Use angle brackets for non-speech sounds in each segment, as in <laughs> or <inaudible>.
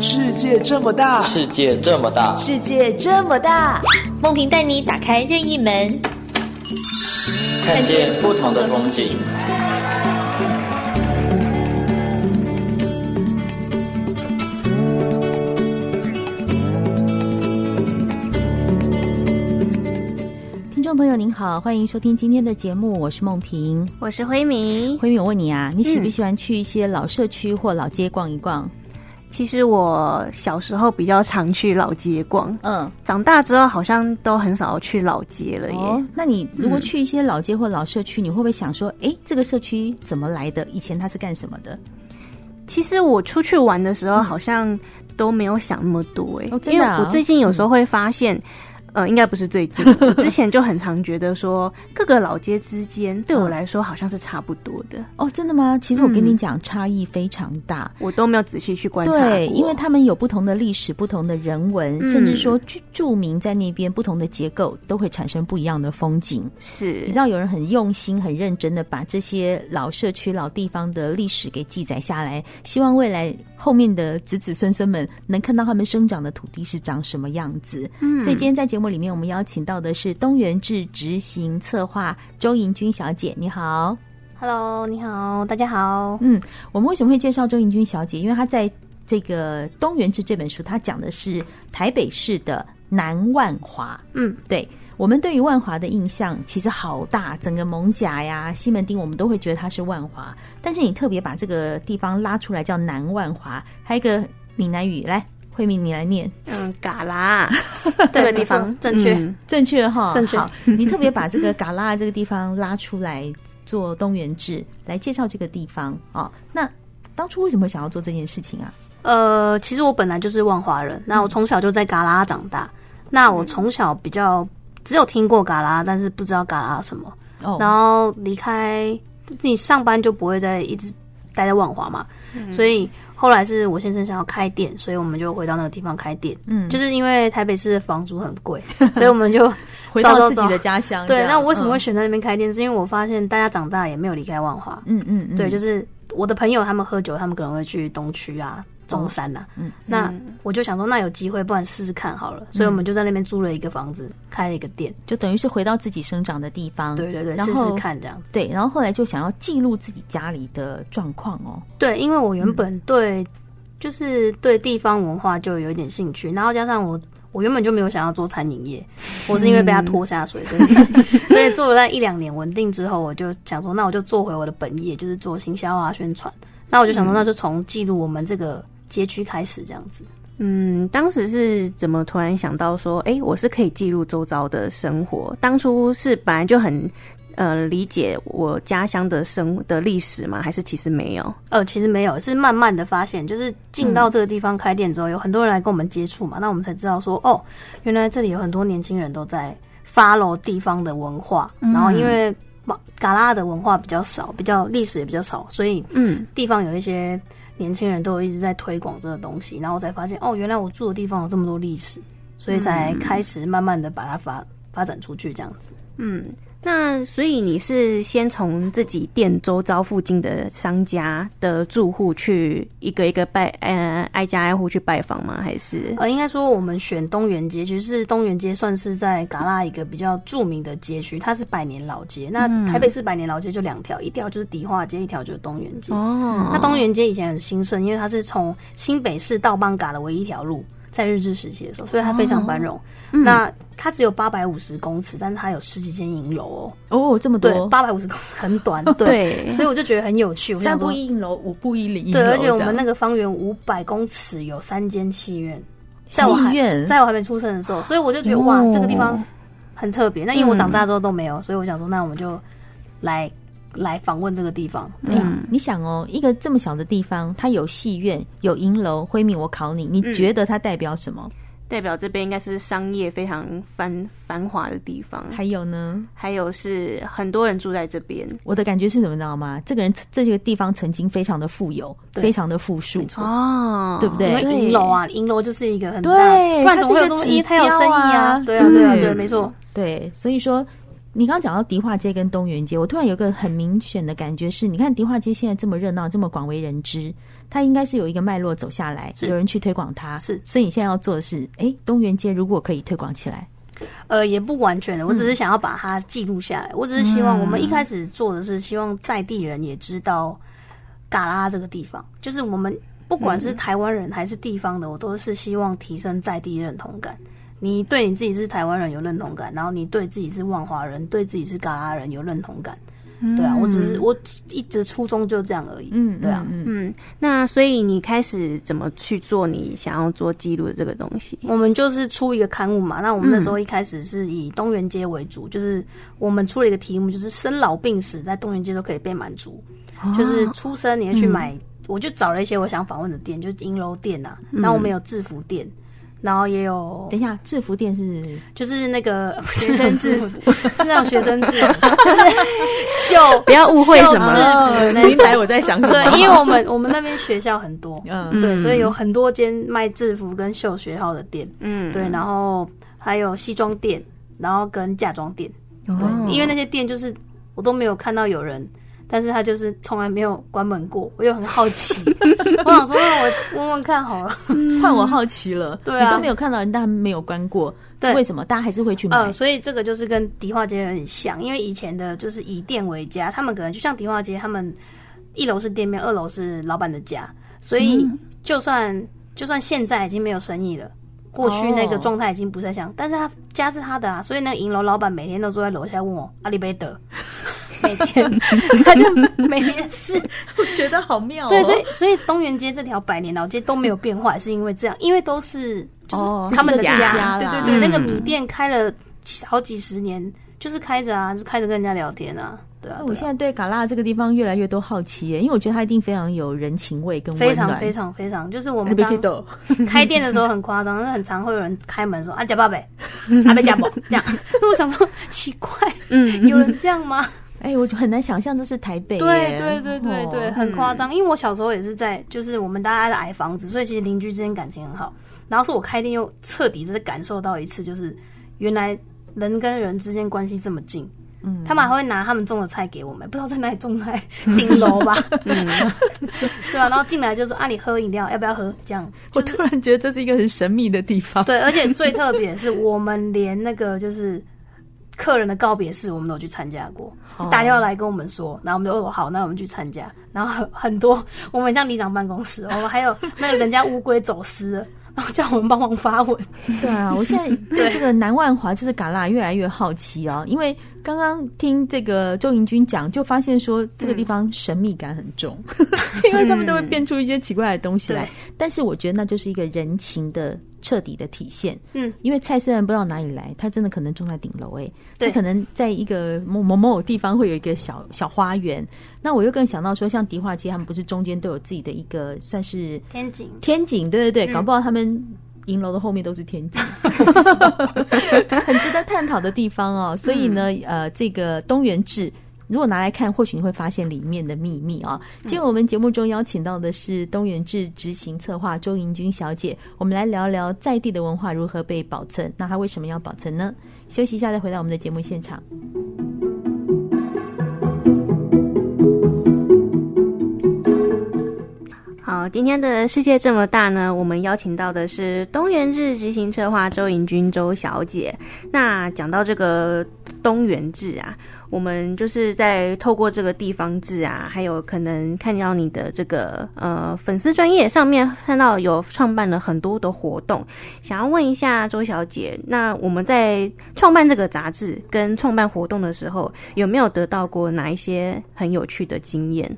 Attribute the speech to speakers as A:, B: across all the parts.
A: 世界这么大，
B: 世界这么大，
C: 世界这么大，
D: 梦萍带你打开任意门，
B: 看见不同的风景。
E: 听众朋友您好，欢迎收听今天的节目，我是梦萍。
F: 我是辉明。
E: 慧敏，我问你啊，你喜不喜欢去一些老社区或老街逛一逛？
F: 其实我小时候比较常去老街逛，
E: 嗯，
F: 长大之后好像都很少去老街了耶。
E: 哦，那你如果去一些老街或老社区，你会不会想说，诶，这个社区怎么来的？以前它是干什么的？
F: 其实我出去玩的时候好像都没有想那么多哎、
E: 哦真
F: 因
E: 的
F: 为
E: 啊嗯
F: 我最近有时候会发现。呃，应该不是最
E: <laughs>
F: 近，我之前就很常觉得说各个老街之间对我来说好像是差不多的，
E: 哦，真的吗？其实我跟你
F: 嗯
E: 讲，差异非常大。
F: 我都没有仔细去观察
E: 对，
F: 过
E: 因为他们有不同的历史、不同的人文，
F: 嗯
E: 甚至说居住民在那边不同的结构，都会产生不一样的风景。
F: 是
E: 你知道有人很用心、很认真的把这些老社区、老地方的历史给记载下来，希望未来后面的子子孙孙们能看到他们生长的土地是长什么样子。嗯，所以今天在节目里面，我们邀请到的是东元志执行策划周莹君小姐，你好。
G: Hello，你好，大家好。
E: 我们为什么会介绍周莹君小姐？因为她在这个《东元志》这本书，她讲的是台北市的南万华。
F: 嗯，
E: 对。我们对于万华的印象其实好大，整个蒙甲呀、西门町，我们都会觉得它是万华。但是你特别把这个地方拉出来叫南万华，还有一个闽南语，来，慧敏你来念，
F: 嗯，嘎
E: 啊
F: 啦这个地
G: 没
F: 方
G: 错正确
F: 嗯
E: <laughs> 正确哈，
F: 正确
E: 好， <laughs> 你特别把这个嘎啦这个地方拉出来做东元志来介绍这个地方哦。那当初为什么想要做这件事情啊？
G: 呃，其实我本来就是万华人，那我从小就在嘎啦长大。那我从小比较只有听过嘎啦，但是不知道嘎啦什么。
E: 哦，
G: 然后离开你上班就不会再一直待在万华嘛，所以后来是我先生想要开店，所以我们就回到那个地方开店。
E: 嗯
G: 就是因为台北市的房租很贵，所以我们就
E: 回
G: 找
E: 到
G: 找
E: 自己
G: 找
E: 的家乡这
G: 对。
E: 样。
G: 那我为什么会
E: 嗯
G: 选在那边开店？是因为我发现大家长大也没有离开万华，
E: 嗯嗯嗯，
G: 对，就是是我的朋友他们喝酒，他们可能会去东区啊、中山呐、啊。
E: 嗯
G: 那我就想说，那有机会，不然试试看好了。所以我
E: 嗯
G: 们就在那边租了一个房子，开了一个店。
E: 就等于是回到自己生长的地方。
G: 对对对，
E: 嗯然
G: 试试
E: 后
G: 看这样子。
E: 对，然后后来就想要记录自己家里的状况哦。
G: 对，因为我原本对、就是对地方文化就有一点兴趣，然后加上我。我原本就没有想要做餐饮业，我是因为
E: 嗯
G: 被他拖下水，所以 <laughs> 所以做了那一两年稳定之后，我就想说，那我就做回我的本业，就是做行销啊、宣传。那我就
E: 嗯
G: 想说，那就从记录我们这个街区开始，这样子。
F: 嗯，当时是怎么突然想到说，哎、我是可以记录周遭的生活？当初是本来就很呃理解我家乡的生的历史吗？还是其实没有？
G: 呃，其实没有，是慢慢的发现，就是进到这个地方开店之后，有很多人来跟我们接触嘛，那我们才知道说，哦，原来这里有很多年轻人都在 follow 地方的文化，然后因为哇嘎啦的文化比较少，比较历史也比较少，所以
F: 嗯，
G: 地方有一些年轻人都一直在推广这个东西，然后我才发现，哦，原来我住的地方有这么多历史，所以才开始慢慢的把它发发展出去这样子。
F: 嗯那所以你是先从自己店周遭附近的商家的住户去一个一个拜呃挨家挨户去拜访吗？还是
G: 呃，应该说我们选东园街，其实是东园街算是在嘎啦一个比较著名的街区，它是百年老街。那
E: 嗯
G: 台北市百年老街就两条，一条就是迪化街，一条就是东园街。
F: 哦
G: 那东园街以前很兴盛，因为它是从新北市到邦嘎的唯一一条路，在日治时期的时候，所以它非常繁
E: 哦
G: 荣。那
E: 嗯
G: 它只有八百五十公尺，但是它有十几间银楼哦。
E: 哦，这么
G: 对，
E: 多，
G: 八百五十公尺很
E: <laughs>
G: 短，对。
F: 对，
G: 所以我就觉得很有趣，我
E: 三
G: 想
E: 步
G: 说，
E: 一影楼，五步一零
G: 对，而且我们那
E: 个
G: 个方圆五百公尺有三间戏院，在我
E: 戏
G: 还
E: 院，
G: 在我还没出生的时候，所以我就觉得哇
F: 哦，
G: 这个地方很特别。那因为我长大之后都没有，所以我想说，那我们就来来访问这个地方。嗯对
E: 哎你想哦，一个这么小的地方，它有戏院，有银楼。辉敏，我考你，
G: 嗯
E: 你觉得它代表什么？
F: 代表这边应该是商业非常繁繁华的地方，
E: 还有呢？
F: 还有是很多人住在这边。
E: 我的感觉是什么，你知道吗？这个人，这个地方曾经非常的富有，
G: 对
E: 非常的富庶，
F: 哦，
E: 对不对
G: 因为银楼啊，银楼就是一个很大，
E: 对
G: 不然怎么会
E: 它
G: 有这
E: 是
G: 么
E: 一
G: 一
E: 个
G: 它有生意
E: 指标啊
G: 啊？对啊，对啊，
E: 嗯
G: 对，没错。
E: 对，所以说你刚刚讲到迪化街跟东园街，我突然有一个很明显的感觉是，你看迪化街现在这么热闹，这么广为人知，它应该是有一个脉络走下来，
G: 是
E: 有人去推广它。
G: 是
E: 所以你现在要做的是，哎，东园街如果可以推广起来，
G: 呃，也不完全的，我只
E: 嗯
G: 是想要把它记录下来。我只是希望我们一开始做的是，希望在地人也知道嘎啦这个地方，就是我们不管
E: 嗯
G: 是台湾人还是地方的，我都是希望提升在地认同感。你对你自己是台湾人有认同感，然后你对自己是万华人，对自己是嘎啦人有认同感。对啊，我只是我一直初衷就这样而已。
E: 嗯
G: 对啊，
E: 嗯嗯
F: 嗯，那所以你开始怎么去做你想要做记录的这个东西？
G: 我们就是出一个刊物嘛，那我们那时候一开始是以东园街为主，就是我们出了一个题目，就是生老病死在东园街都可以被满足，就是出生你要去买，我就找了一些我想访问的店，就是银楼店啊，然后我们有制服店，然后也有
E: 等一下，制服店是
G: 就是那个 <laughs> 学生制服，是那种学生制服，就是秀，
F: <laughs> 不要误会什 <laughs> 么
G: 秀
E: <laughs>
G: 制服那种
E: 明哦白我在想什么？
G: <laughs> 对，因为我们我们那边学校很多，
E: 嗯，
G: 对，
F: 嗯
G: 所以有很多间卖制服跟绣学号的店，
F: 嗯，
G: 对，然后还有西装店，然后跟嫁妆店，
F: 哦
G: 因为那些店就是我都没有看到有人，但是他就是从来没有关门过，我又很好
F: <laughs>
G: 奇，我想说让我问问看好了，
E: 换我好奇了，
G: 对啊
E: 你都没有看到人，但没有关过，
G: 对
E: 为什么大家还是会去买
G: 嗯，？所以这个就是跟迪化街很像，因为以前的就是以店为家，他们可能就像迪化街，他们一楼是店面，二楼是老板的家，所以就算、就算现在已经没有生意了。过去那个
E: 哦
G: 状态已经不太像但是他家是他的啊，所以那个银楼老板每天都坐在楼下问我阿里贝德，每天 <laughs> 他就每天是
E: 我觉得好妙哦
G: <laughs> 对，所以所以东园街这条百年老街都没有变坏，是因为这样，因为都是
E: 哦
G: 就是他们的
E: 自己的家
G: 对
E: 啦
G: 对对，那个
F: 嗯
G: 米店开了几好几十年，就是开着啊，就是开着跟人家聊天啊，对
E: 那
G: 啊，对啊
E: 哎哦我现在对嘎啦这个地方越来越多好奇耶，因为我觉得它一定非常有人情味跟温
G: 非
E: 暖。
G: 常非常非常，就是我
E: 我
G: 们
E: 们
G: 刚
E: 都
G: 开店的时候很夸张， <laughs> 就是很常会有人开门说啊假爸呗，
F: <laughs>
G: 阿贝假宝这样，那我想说 <laughs> 奇怪，
F: 嗯，
G: 有人这样吗？
E: 哎，我就很难想象这是台北耶。
G: 对对对对对， <laughs>
E: 哦
G: 很夸张。因为我小时候也是在，就是我们大家的矮房子，所以其实邻居之间感情很好。然后是我开店又彻底的感受到一次，就是原来人跟人之间关系这么近。嗯，他们还会拿他们种的菜给我们，不知道在哪里种菜，顶楼
E: <laughs>
G: 吧？
E: 嗯
G: <laughs> 对啊，然后进来就说啊，你喝饮料要不要喝？这样，
E: 我突然觉得这是一个很神秘的地方。
G: 对，而且最特别的是，我们连那个就是客人的告别式，我们都有去参加过。打电话来跟我们说，然后我们就哦好，那我们去参加。然后很很多，我们像里长办公室，我们还 <laughs> 有那个人家乌龟走失了，然后叫我们帮忙发文。
E: 对啊，我现在对这个南万华就是嘎啦越来越好奇哦，因为刚刚听这个周莹君讲，就发现说这个地方神秘感很重， <laughs> 因为他们都会变出一些奇怪的东西来
G: 嗯对。
E: 但是我觉得那就是一个人情的彻底的体现。
G: 嗯，
E: 因为菜虽然不知道哪里来，它真的可能种在顶楼诶，它
G: 对
E: 可能在一个某某某地方会有一个小小花园。那我又更想到说，像迪化街，他们不是中间都有自己的一个算是
G: 天井
E: 天井，对对对，
G: 嗯
E: 搞不好他们银楼的后面都是天井，
F: <laughs>
E: 很值得探讨的地方
F: 嗯
E: 哦。所以呢，呃，这个东园志。如果拿来看，或许你会发现里面的秘密哦。
F: 嗯
E: 今天我们节目中邀请到的是东园志执行策划周莹君小姐，我们来聊聊在地的文化如何被保存。那它为什么要保存呢？休息一下，再回到我们的节目现场。
F: 好，今天的世界这么大呢，我们邀请到的是东元志执行策划周莹君周小姐。那讲到这个东元志啊，我们就是在透过这个地方志啊，还有可能看到你的这个呃粉丝专业上面看到有创办了很多的活动，想要问一下周小姐，那我们在创办这个杂志跟创办活动的时候，有没有得到过哪一些很有趣的经验？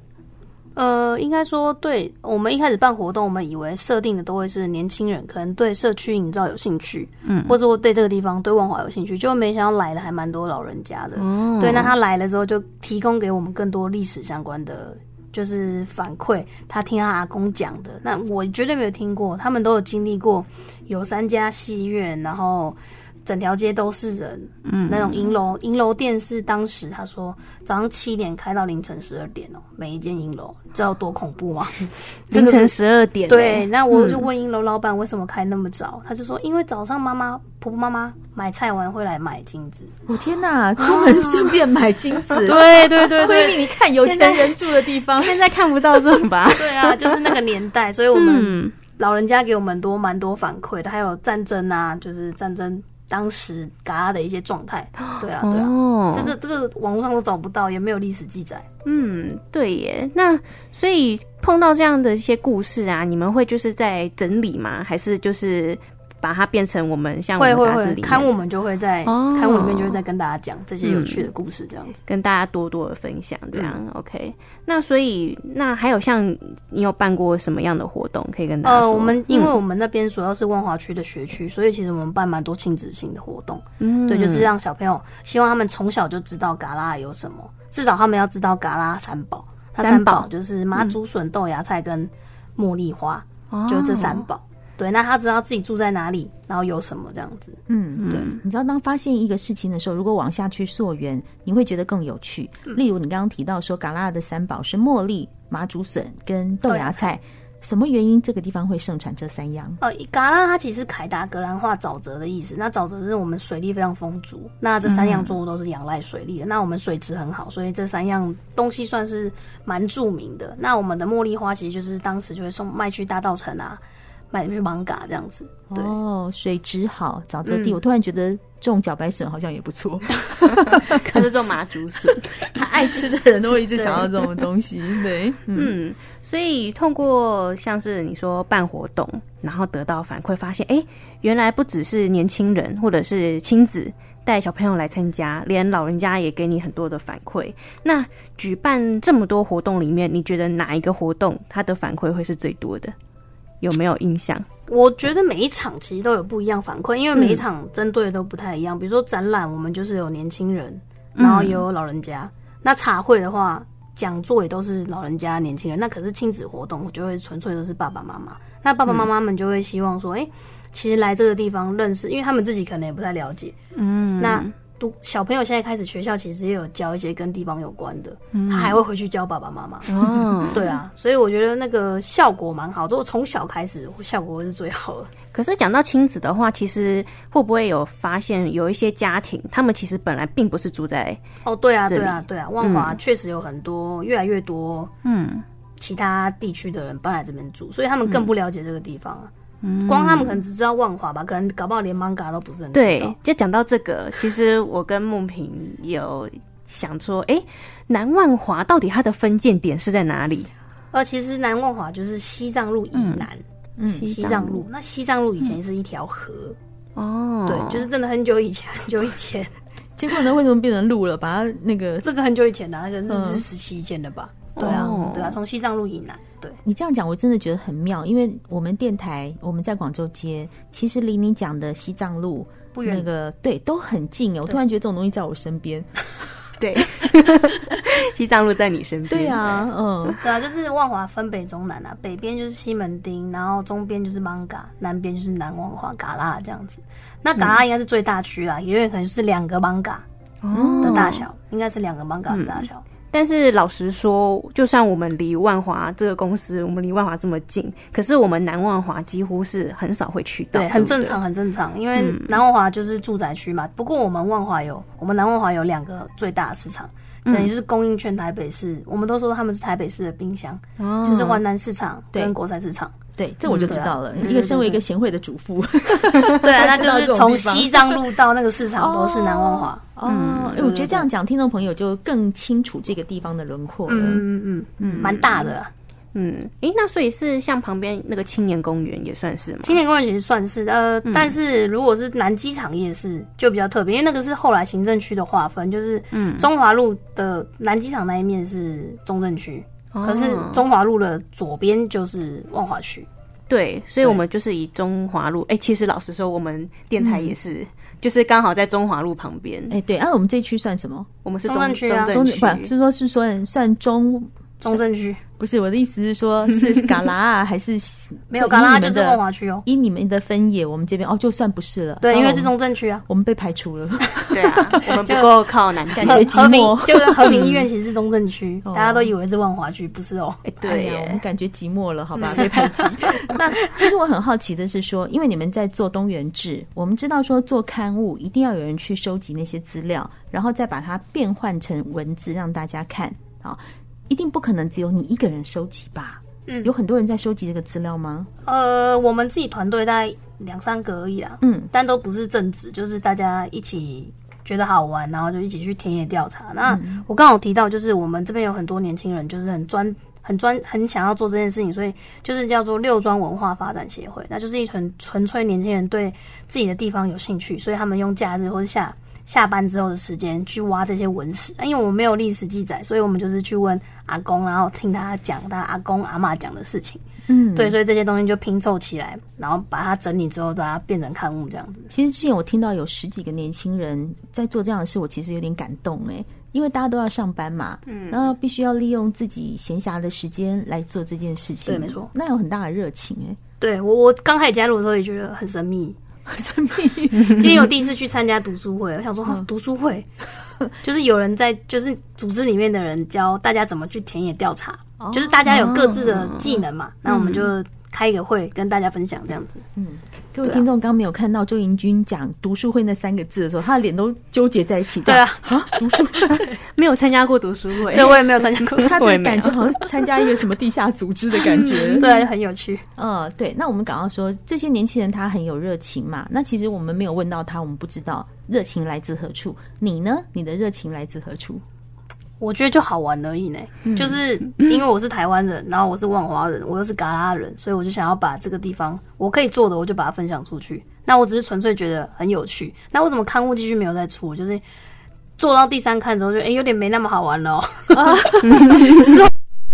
G: 呃，应该说，对我们一开始办活动，我们以为设定的都会是年轻人，可能对社区营造有兴趣，嗯，或者说对这个地方、对万华有兴趣，就没想到来了还蛮多老人家的。
F: 哦
G: 对，那他来了之后，就提供给我们更多历史相关的。就是反馈，他听他阿公讲的，那我绝对没有听过，他们都有经历过，有三家戏院，然后整条街都是人，嗯，那种银楼银楼店是当时他说早上七点开到凌晨十二点哦、每一间银楼，知道多恐怖 <laughs> 吗？
F: 凌晨十二点、
G: 对，，那我就问银楼老板为什么开那么早，他就说因为早上妈妈婆婆妈妈买菜完会来买金子，
E: 我天哪，出门顺便买金子，
F: <laughs> 对对对
E: 闺蜜，
F: 对，
E: 你看有
F: 现在
E: 钱人住的地方，
F: 现在看不到这种 <laughs> 吧？
G: 对 <laughs> 啊，就是那个年代，所以我们
F: 嗯，
G: 老人家给我们多蛮多反馈的，还有战争啊，就是战争当时嘎的一些状态，对啊对啊，
F: 哦
G: 这个这个网络上都找不到，也没有历史记载。
F: 嗯，对耶。那所以碰到这样的一些故事啊，你们会就是在整理吗？还是就是把它变成我们像我
G: 会
F: 们
G: 会
F: 杂志
G: 会，
F: 里面
G: 刊物我们就会在、
F: 哦
G: 刊物里面就会再跟大家讲这些有趣的故事，这样子。
F: 跟大家多多的分享这样、OK？那所以那还有像你有办过什么样的活动可以跟大家说？
G: 呃，我们因为
F: <laughs> 嗯
G: 我们那边主要是万华区的学区，所以其实我们办蛮多亲子性的活动，嗯，对，就是让小朋友希望他们从小就知道嘎啦有什么，至少他们要知道嘎啦三宝。那
F: 三宝
G: 宝就是麻竹笋、豆芽菜跟茉莉花，
F: 哦
G: 就这三宝。对，那他知道自己住在哪里，然后有什么这样子。
E: 嗯，对，你知道，当发现一个事情的时候，如果往下去溯源，你会觉得更有趣。例如，你刚刚提到说，嘎啦的三宝是茉莉、麻竹笋跟豆芽菜，什么原因这个地方会盛产这三样？
G: 呃，嘎啦它其实是凯达格兰话沼泽的意思。那沼泽是我们水利非常丰足，那这三样作物都是仰赖水利的。那我们水质很好，所以这三样东西算是蛮著名的。那我们的茉莉花其实就是当时就会送卖去大稻城啊，卖去芒嘎这样子。对，
E: 哦，水质好，沼泽地。
G: 嗯
E: 我突然觉得种茭白笋好像也不错，
F: 可是这种麻竹笋，
E: <laughs> 爱吃的人都会一直想要这种东西。对，嗯，
F: 嗯，所以通过像是你说办活动，然后得到反馈，发现哎、诶原来不只是年轻人或者是亲子带小朋友来参加，连老人家也给你很多的反馈。那举办这么多活动里面，你觉得哪一个活动它的反馈会是最多的？有没有印象？
G: 我觉得每一场其实都有不一样反馈，因为每一场针对的都不太一样。比如说展览，我们就是有年轻人，然后也有老人家。那茶会的话，讲座也都是老人家、年轻人。那可是亲子活动，我就会纯粹都是爸爸妈妈。那爸爸妈妈们就会希望说，哎、其实来这个地方认识，因为他们自己可能也不太了解。嗯，那读小朋友现在开始学校，其实也有教一些跟地方有关的，他还会回去教爸爸妈妈。
F: 哦，
G: 对啊，所以我觉得那个效果蛮好，如果从小开始，效果是最好的。
F: 可是讲到亲子的话，其实会不会有发现有一些家庭，他们其实本来并不是住在
G: 哦，对啊，
F: 这里
G: 对啊，对啊，万华确实有很多，越来越多，嗯，其他地区的人搬来这边住，所以他们更不了解这个地方啊。光他们可能只知道万华吧，可能搞不好连芒嘎都不是很知道
F: 对。，就讲到这个，其实我跟梦萍有想说，哎、南万华到底它的分界点是在哪里？
G: 呃，其实南万华就是西藏路以南，西藏路。那西藏路以前是一条河，
F: 哦，
G: 对，就是真的很久以前，很久以前， <laughs>
E: 结果呢，为什么变成路了？把它那个
G: 这个很久以前的、那个日
E: 嗯
G: 治时期建的吧？对啊，
F: 哦
G: 对啊，从西藏路以南，对。
E: 你这样讲，我真的觉得很妙，因为我们电台我们在广州街，其实离你讲的西藏路
G: 不远
E: 那个对都很近耶。欸我突然觉得这种东西在我身边。
G: <laughs>
F: 对， <laughs> 西藏路在你身边。
E: 对，啊，嗯，
G: 对啊，就是万华分北中南啊，北边就是西门町，然后中边就是芒嘎，南边就是南万华嘎啦这样子。那嘎
E: 嗯
G: 啦应该是最大区啦，也有可能是两个芒嘎的大
E: 嗯
G: 小，应该是两个芒嘎的大小。
F: 哦但是老实说，就算我们离万华这个公司，我们离万华这么近，可是我们南万华几乎是很少会去到，
G: 对，
F: 不
G: 很正常，。很正常，因为
E: 嗯
G: 南万华就是住宅区嘛。不过我们万华有，我们南万华有两个最大的市场，等
E: 嗯
G: 于就是供应全台北市。我们都说他们是台北市的冰箱，就是华南市场
E: 哦对
G: 跟国菜市
E: <laughs>
G: 场。
E: 对，这我就知道了。
G: 啊
E: 一个身为一个贤惠的主妇，
G: 对啊，
E: <laughs>
G: 那
E: 知
G: 就
E: 道这
G: 是
E: 种
G: 从
E: 地方
G: 西藏路到那个市场都是南万华。
E: <laughs> 哦，
G: 嗯
E: 哎我觉得这样讲，听众朋友就更清楚这个地方的轮廓了。
G: 嗯嗯嗯，蛮大的啦。
F: 嗯，诶，那所以是像旁边那个青年公园也算是吗？
G: 青年公园其实算是呃，
E: 嗯
G: 但是如果是南机场夜市就比较特别，因为那个是后来行政区的划分，就是
E: 嗯
G: 中华路的南机场那一面是中正区，
E: 哦
G: 可是中华路的左边就是万华区。
F: 对，所以我们就是以中华路。哎、其实老实说，我们电台也是，就是刚好在中华路旁边。
E: 啊哎，对，按、我们这区算什么？
F: 我们是
G: 中正区啊
F: 中
E: 中
F: 正区
E: 不是说是说算中
G: 中正区
E: 不是我的意思是
G: <laughs>
E: 说，是嘎啦啊还是
G: 没有，嘎啦
E: 就
G: 就是
E: 以你们的
G: 万华区哦。
E: 以你们的分野，我们这边哦，就算不是了，
G: 对，因为
E: 这
G: 是
E: 种
G: 中正区啊。
E: 我们被排除了。
F: 对啊，我们不够靠南
E: 感
F: 感
E: 觉
G: 和
E: 寂
G: 和平
E: 寞
G: 就跟和平医院其实是中正区，
E: <laughs> 哦
G: 大家都以为是万华区，不是哦。
E: 哎呀，我们感觉寂寞了，好
G: <laughs>
E: 吧，被排挤。那其实我很好奇的是说，因为你们在做东元制，我们知道说做刊物一定要有人去收集那些资料，然后再把它变换成文字让大家看啊、一定不可能只有你一个人收集吧？
G: 嗯
E: 有很多人在收集这个资料吗？
G: 呃，我们自己团队大概两三个而已啦，
E: 嗯，
G: 但都不是正职，就是大家一起觉得好玩，然后就一起去田野调查。那我刚好提到，就是我们这边有很多年轻人，就是很专。很专很想要做这件事情，所以就是叫做六庄文化发展协会，那就是一纯纯粹年轻人对自己的地方有兴趣，所以他们用假日或者下下班之后的时间去挖这些文史。那因为我们没有历史记载，所以我们就是去问阿公，然后听他讲他阿公阿嬷讲的事情。
E: 嗯，
G: 对，所以这些东西就拼凑起来，然后把它整理之后，把它变成刊物这样子。
E: 嗯其实之前我听到有十几个年轻人在做这样的事，我其实有点感动哎、因为大家都要上班嘛，嗯，然后必须要利用自己闲暇的时间来做这件事情，
G: 对没错，
E: 那有很大的热情哎、
G: 对我，我刚开始加入的时候也觉得很神秘， <laughs>
E: 生病。
G: 今天我第一次去参加读书会，我想说，哈读书会 <laughs> 就是有人在，就是组织里面的人教大家怎么去田野调查，就是大家有各自的技能嘛，那我们就开一个会跟大家分享这样子。
E: 各位听众刚没有看到周莹君讲读书会那三个字的时候，她的脸都纠结在一起。
G: 对啊
E: 这样，啊，读书会，
F: 没有参加过读书会，
G: 对，我也没有参加过，
F: <laughs>
E: 她
F: 我
E: 的
F: 也没有
E: 感觉好像参加一个什么地下组织的感 <laughs> 觉。
G: <laughs> 对，很有趣。
E: 嗯，对。那我们刚刚说这些年轻人他很有热情嘛，那其实我们没有问到他，我们不知道热情来自何处。你呢？你的热情来自何处？
G: 我觉得就好玩而已呢，就是因为我是台湾人，然后我是万华人，我又是嘎啦人，所以我就想要把这个地方我可以做的，我就把它分享出去。那我只是纯粹觉得很有趣。那为什么刊物继续没有再出？就是做到第三刊之后就，哎有点没那么好玩了、哦。 <laughs> 之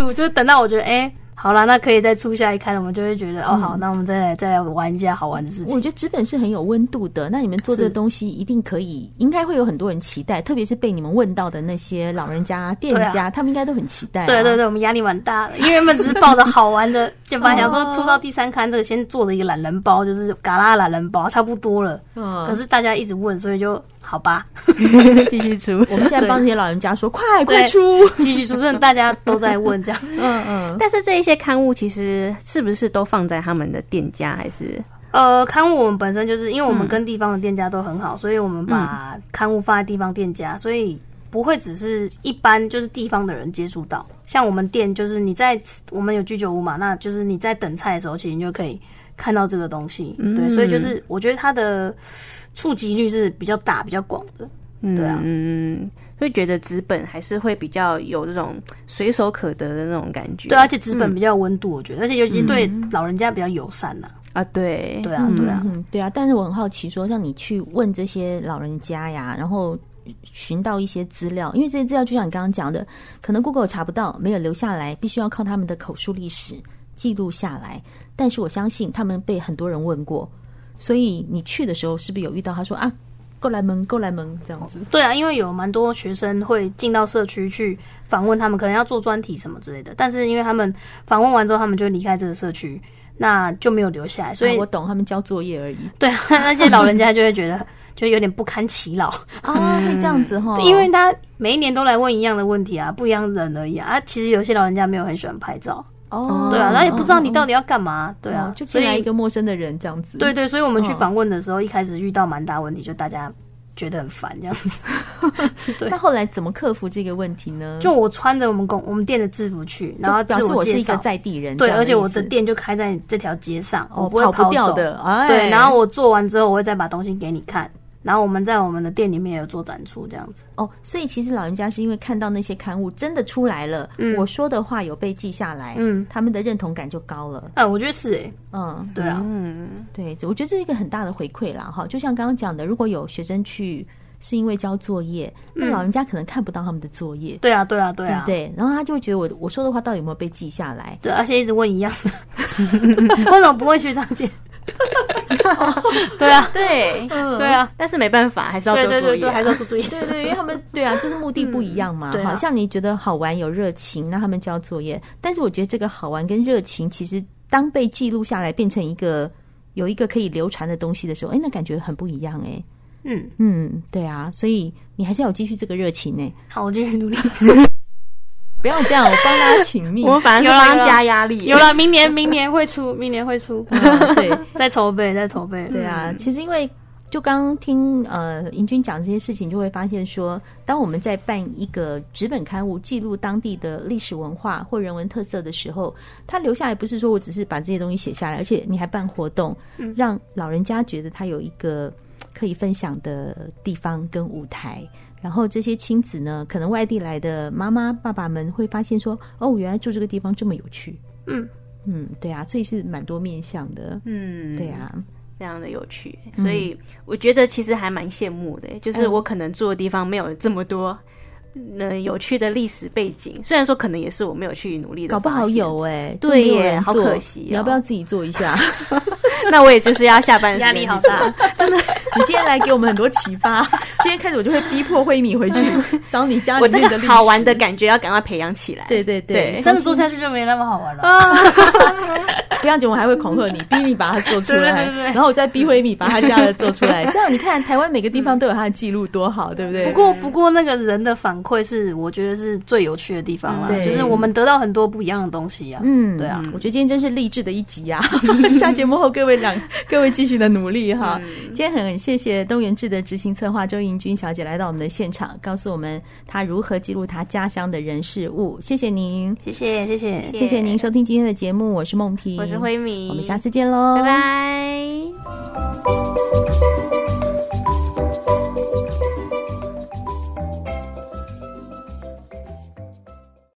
G: 后就是等到我觉得哎、好啦，那可以再出下一刊了，我们就会觉得哦好，那我们再来再来玩一下好玩的事情
E: 我。觉得纸本是很有温度的。那你们做这个
G: 是
E: 东西，一定可以，应该会有很多人期待，特别是被你们问到的那些老人家、店
G: 对啊
E: 家，他们应该都很期待、啊
G: 对对。对，我们压力蛮大的，因为原本只是抱着好玩的，就本来想说
E: 哦
G: 出到第三刊这个先做着一个懒人包，就是嘎啦懒人包差不多了。
E: 嗯
G: 可是大家一直问，所以就好吧，
F: 继续出。
E: 我们现在帮这些老人家说，快快
G: 对
E: 出！
G: 继续出。真的大家都在问这样子。
E: 嗯
F: <laughs>
E: 嗯，
F: 但是这一些刊物其实是不是都放在他们的店家，还是
G: 呃，刊物我们本身就是因为我们跟地方的店家都很好，所以我们把刊物放在地方店家，所以。不会只是一般就是地方的人接触到，像我们店就是你在我们有居酒屋嘛，那就是你在等菜的时候，其实你就可以看到这个东西，对，所以就是我觉得它的触及率是比较大、比较广的，对啊，
F: 嗯，会觉得纸本还是会比较有这种随手可得的那种感觉？
G: 对，而且纸本比较有温度，我觉得，而且尤其对老人家比较友善呐、
F: 啊，对
G: 对啊，对啊，
E: 嗯，对啊，但是我很好奇说，像你去问这些老人家呀，然后寻到一些资料，因为这些资料就像你刚刚讲的，可能 Google 查不到，没有留下来，必须要靠他们的口述历史记录下来。但是我相信他们被很多人问过，所以你去的时候是不是有遇到他说啊，过来门，过来门这样子？
G: 对啊，因为有蛮多学生会进到社区去访问他们，可能要做专题什么之类的。但是因为他们访问完之后，他们就离开这个社区，那就没有留下来，所
E: 啊
G: 以、 <laughs>
E: 我懂，他们交作业而已
G: 对啊那些老人家就会觉得就有点不堪其扰，
E: 啊，会这样子哈，
G: 因为他每一年都来问一样的问题啊，不一样的人而已啊。啊其实有些老人家没有很喜欢拍照，
E: 哦，
G: 对啊，那也不知道你
E: 嗯
G: 到底要干嘛，对
E: 哦
G: 啊，
E: 就
G: 所
E: 进来一
G: 以
E: 个陌生的人这样子，
G: 对对，所以我们去
E: 嗯
G: 访问的时候，一开始遇到蛮大问题，就大家觉得很烦这样子。对
E: 那后来怎么克服这个问题呢？
G: 就我穿着我们公我们店的制服去，然后
E: 就表
G: 自
E: 示我
G: 介
E: 是一
G: 绍
E: 个在地人，
G: 对，
E: 这样
G: 而且我
E: 意思
G: 的店就开在这条街上，
E: 哦
G: 我不会
E: 跑不掉
G: 走
E: 的，哎，
G: 对，然后我做完之后，我会再把东西给你看。然后我们在我们的店里面也有做展出，这样子。
E: 哦，所以其实老人家是因为看到那些刊物真的出来了，
G: 嗯
E: 我说的话有被记下来，
G: 嗯
E: 他们的认同感就高了，
G: 哎，我觉得是哎、
E: 嗯，
G: 对啊，
E: 对，我觉得这是一个很大的回馈啦，哈，就像刚刚讲的，如果有学生去是因为交作业，那老人家可能看不到他们的作业，
G: 对啊，对啊，嗯对
E: 对
G: 啊
E: 不，对？然后他就会觉得我我说的话到底有没有被记下来？
G: <laughs> 对，而且一直问一样的，为什么不问徐长姐？对
F: <laughs>
G: 啊，
F: 对，
G: 对啊，
F: 但是没办法，还是要
G: 对
F: 多
G: 对
F: 注
G: 对
F: 意
G: 对，
F: 啊。
G: 还是要做注意。
E: 对对，因为他们对啊，就是目的不一样嘛。
G: 对啊
E: 好像你觉得好玩有热情，那他们交作业，但是我觉得这个好玩跟热情，其实当被记录下来，变成一个有一个可以流传的东西的时候，哎，那感觉很不一样哎、
G: <laughs> 嗯，
E: 嗯，对啊，所以你还是要有继续这个热情呢、
G: 好，我继续努力。
E: 不要这样，我帮大家请
G: <laughs>
F: <laughs>
E: 命。 <laughs>
F: 我们反而是
G: 有啦
F: 帮
G: 有
F: 他
G: 啦
F: 加压力。
G: 有了，明年明年会出，明年会出，
E: 嗯对
G: <laughs> 再筹备，再筹备。嗯
E: 对啊，其实因为就刚刚听呃银军讲这些事情，就会发现说，当我们在办一个纸本刊物记录当地的历史文化或人文特色的时候，它留下来不是说我只是把这些东西写下来，而且你还办活动，让老人家觉得他有一个可以分享的地方跟舞台。然后这些亲子呢，可能外地来的妈妈、爸爸们会发现说，哦，原来住这个地方这么有趣。
G: 嗯
E: 嗯，对啊，所以是蛮多面向的。
F: 嗯，
E: 对啊，
F: 非常的有趣，
G: 嗯
F: 所以我觉得其实还蛮羡慕的，就是我可能住的地方没有这么多。呃，有趣的历史背景，虽然说可能也是我没有去努力的，
E: 搞不好有。哎、就
F: 对
E: 没有
F: 耶
E: 人
F: 好
E: 做
F: 可惜
E: 你要
F: 哦
E: 不要自己做一下？ <laughs>
F: <laughs> 那我也就是要下班的时间
G: <laughs> 压力好大，
E: 你今天来给我们很多启发，今天开始我就会逼迫慧敏回去找你家
F: <laughs> 嗯我
E: 里
F: 这
E: 面
G: <laughs>
E: 的
F: 个
E: 历史
F: 好玩的，感觉要赶快培养起来。
E: 对对对，
F: 对
G: 哎真的做下去就没那么好玩了。
E: 不要紧，我还会恐吓你，逼你把它做出来，
G: 对对对对
E: 然后我再逼慧敏把她家的做出
F: <laughs>
E: 来，这样你看台湾每个地方都有它的记录，多好，对不对？
G: 不过，不过那个人的反馈是，我觉得是最有趣的地方啦
E: 嗯，对
G: 就是我们得到很多不一样的东西呀。
E: 嗯，
G: 对啊，
E: 我觉得今天真是励志的一集 <laughs> 呀、下节目后，各位两 <laughs> 各位继续的努力哈。今天很谢谢东元志的执行策划周莹君小姐来到我们的现场，告诉我们她如何记录她家乡的人事物。谢谢您，
G: 谢谢，谢谢，
E: 谢谢您收听今天的节目，我是梦萍，
F: 我是，辉明，
E: 我们下次见喽，
F: 拜拜。